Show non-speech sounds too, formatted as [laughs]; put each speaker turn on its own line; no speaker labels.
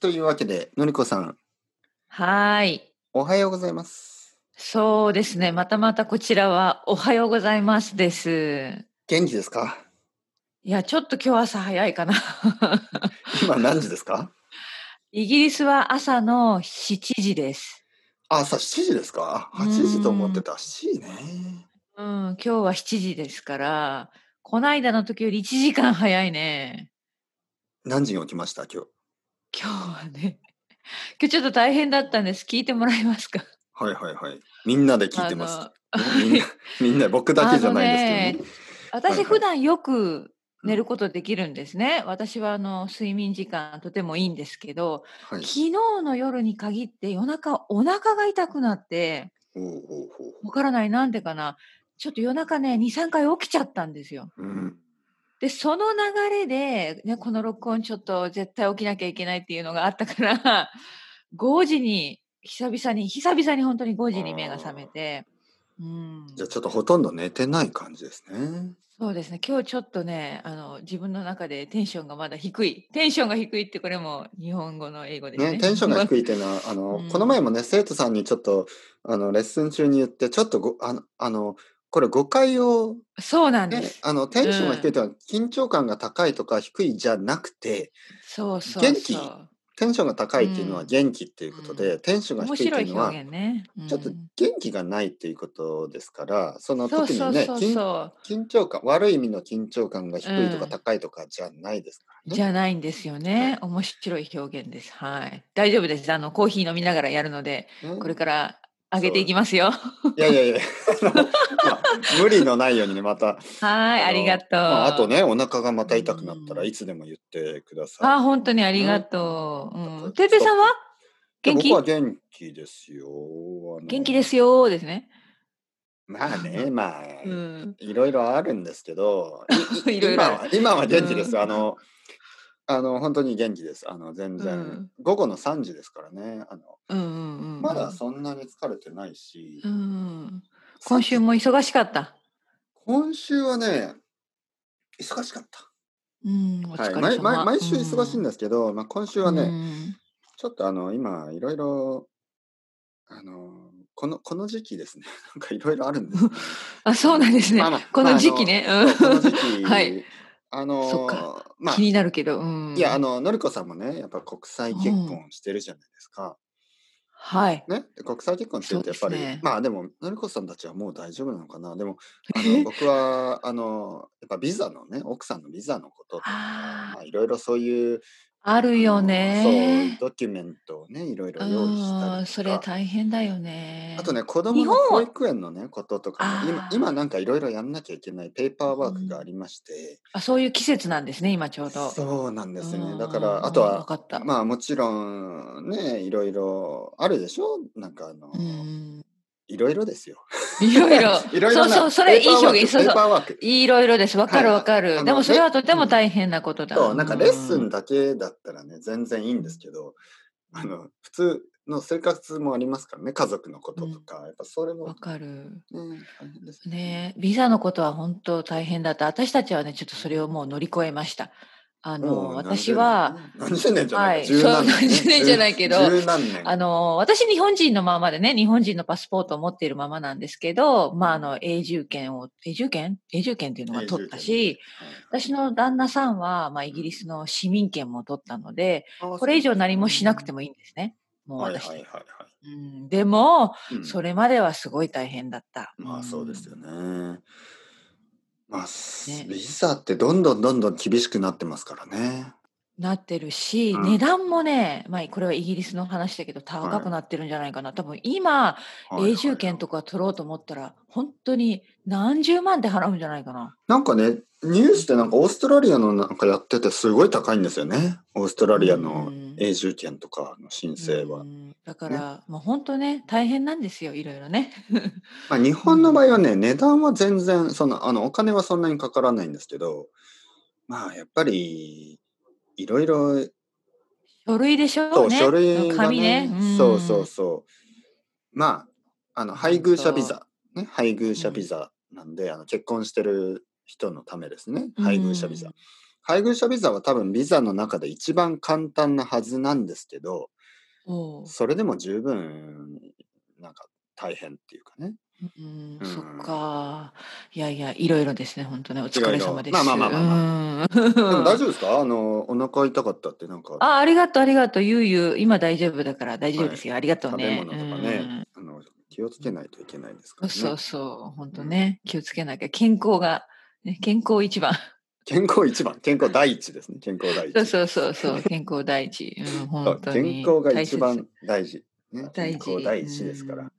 というわけで、のりこさん、
はーい。
おはようございます。
そうですね。またまたこちらはおはようございますです。
元気です
[laughs]
か
いや、ちょっと今日朝早いかな。 [laughs]
今何時ですか
イギリスは朝の7時です。
あ朝7時ですか ?8 時と思ってた。7時ね。
うん、今日は7時ですから、こないだの時より1時間早いね。
何時に起きました今日。
今日はね。 [laughs] 今日ちょっと大変だったんです。聞いてもらえますか
はいはいはい。みんなで聞いてます。
あの
みんな、みんな、僕だけじゃないんですけどね、はいは
[laughs] 私
い
普段よく寝ることできるんですね。私はあの睡眠時間とてもいいんですけど、
はい
昨。日の夜に限って夜中お腹が痛くなって、
おうおうおう
わからないなんでかな。ちょっと夜中ね、2、3回起きちゃったんですよ。
うん。
で、その流れで、ね、この録音ちょっと絶対起きなきゃいけないっていうのがあったから、5時に、久々に、久々に本当に5時に目が覚めて、うん。
じゃあちょっとほとんど寝てない感じですね。
そうですね。今日ちょっとね、あの自分の中でテンションがまだ低い。テンションが低いってこれも日本語の英語ですね。
ね、テンションが低
い。
いっていうのは、あの、
うん
この前もね、生徒さんにちょっと、あの、レッスン中に言って、ちょっとご、あの、あの、これ誤解を、
そうなんで
ね
す、。
あの、テンションが低いというのは、緊張感が高いとか低いじゃなくて、
そうそうそう。
元気テンションが高いっていうのは
うん
元気っていうことで、テンションが
面
低いって
白
いう
い
のは、
表現ね。うん
ちょっと元気がないっていうことですから、その
そう
特に
そう
ね、
そう
緊
そ
緊張感、悪い意味の緊張感が低いとか
うん
高いとかじゃないですか
う。
ら
じ
ね。
ゃないんですよね。面白い表現です。はい。大丈夫です。あのコーヒー飲みながらやるので、
ね
これから上げていきますよ。
いやいやいや、 [laughs] あのまあ無理のないようにね、また。
はい、
の
ありがとう。
まあ、あとね、お腹がまた痛くなったら
うん
いつでも言ってください。
あ、本当にありがとう。
ん
うん。てっぺいさんは
で
元気
僕は元気ですよ。あの
元気ですよーですね。
まあね、まあ、
うん。
いろいろあるんですけど、い
[laughs] いろいろ
今
あ
は今は元気です。あの、あの本当に元気です。あの全然、
うん
午後の3時ですからね。あの
うんうんうんうん。
まだそんなに疲れてないし、
うん。今週も忙しかった。
今週はね、忙しかった。
うん。お疲れ様
はい、毎毎毎週忙しいんですけど、まあ、今週はね、
うん
ちょっとあの今いろいろあのこのこの時期ですね [laughs] なんかいろいろあるんです、ね、
あ、 [laughs] そうなんですね。
まあまあ
この時期ね。
まああのそうこの時
う
期、
[laughs] はい
あ
そっ
の
か
ま
ん。
あ
気になるけど。うん。
いやあののりこさんもねやっぱ国際結婚してるじゃないですか、
はい。
ねで国際結婚してるとやっぱり、
そうですね
まあでものりこさんたちはもう大丈夫なのかなでもあ
[laughs]
の僕はあのやっぱビザのね奥さんのビザのこととか
あ
ま
ー
あいろいろそういう
あるよ
あの
ね
そうドキュメントをねいろいろ
ー。
用意したりと
う
か
ん。それ大変だよね。
あと
ね。
ね、子供
日
の
本は
保育園のね、こととかも、今
あ、ー
今なんかいろいろやんなきゃいけないペーパーワークがありまして、
あ、そういう季節なんですね。今ちょうど。
そうなんです
う
ね。
ん
だから、あと
わ
は、
かった。
まあもちろんね、いろいろあるでしょなんかあの
う、ん。
いろいろですよ。。
いろいろ
[laughs] いろいろ
そう
な
そう、それいい表現。
ペ
そう
ー
そう
パ。ーワーク。ペーパーワーク
いろいろです。わかるわかる。
はい
で
あの
もそれはとて
う
も
ん
大変なことだ。
そう、なんかレッス
う
ン
ん
だけだったらね、全然いいんですけど、あの、普通の生活もありますからね、家族のこととか、やっぱそれも
わかる。
ね、大変です
ねえビザのことは本当大変だった。私たちはね、ちょっとそれをもう乗り越えました。あの、私は、
何十年じゃないか、
はい
十何年ね、
そう何十年じゃないけど
十何年
あの、私日本人のままでね、日本人のパスポートを持っているままなんですけど、まあ、あの、永住権を、永住権永住権っていうのが取ったし、私の旦那さんは、まあ、イギリスの市民権も取ったので、これ以上何もしなくて
も
もいいんですね。もう
はいは
私
い
たち
はいは
うんでも、
い、うん
それまではすごい大変だった。
まあそうですよ
ね。
ねまあす
ね
ビザってどんどんどんどん厳しくなってますからね
なってるし、
うん
値段もね、まあ、これはイギリスの話だけど高くなってるんじゃないかな、多分今永住権と
か
か取ろうと思ったら本当に何十万で払うんじゃないかな。
なんかねニュースでなんかオーストラリアのなんかやっててすごい高いんですよねオーストラリアの
うん
永住権とかの申請は、
うんだから、もう本当ね大変なんですよいろいろね。 [laughs]
まあ、日本の場合はね、値段は全然そのあのお金はそんなにかからないんですけどまあやっぱりいろいろ
書類でしょ
そうう
ね。
書類が
紙ね
ね。
ん
そうそうそうまああの配偶者ビザ、ね、配偶者ビザなんで、あの結婚してる人のためですね配偶者ビザ、
う
配偶者ビザは多分ビザの中で一番簡単なはずなんですけど、
おう
それでも十分、なんか大変っていうかね。
うー、
うんん
そっか。いやいや、いろいろですね、本当ね。お疲れ様です。
いろいろまあまあまあまでも
大
大丈夫ですかあの、お腹痛かったってなんか、
あ、ありがとう、ありがとう、ゆうゆう、今大丈夫だから、大丈夫ですよ、ありがとう
食べ
ね。
物とかね、あの、気をつけないといけないですか
う
ら
ん。
ね。
そうそう、本当ね、気をつけなきゃ、健康が、ね、健康一番。
健康一番、健康第一ですね。健康第一。
そうそうそうそう、健康第一。うん、
そう
本当
健
に。
康が
大
一
切
番大事。ね、
大事
健康第一ですから。
うん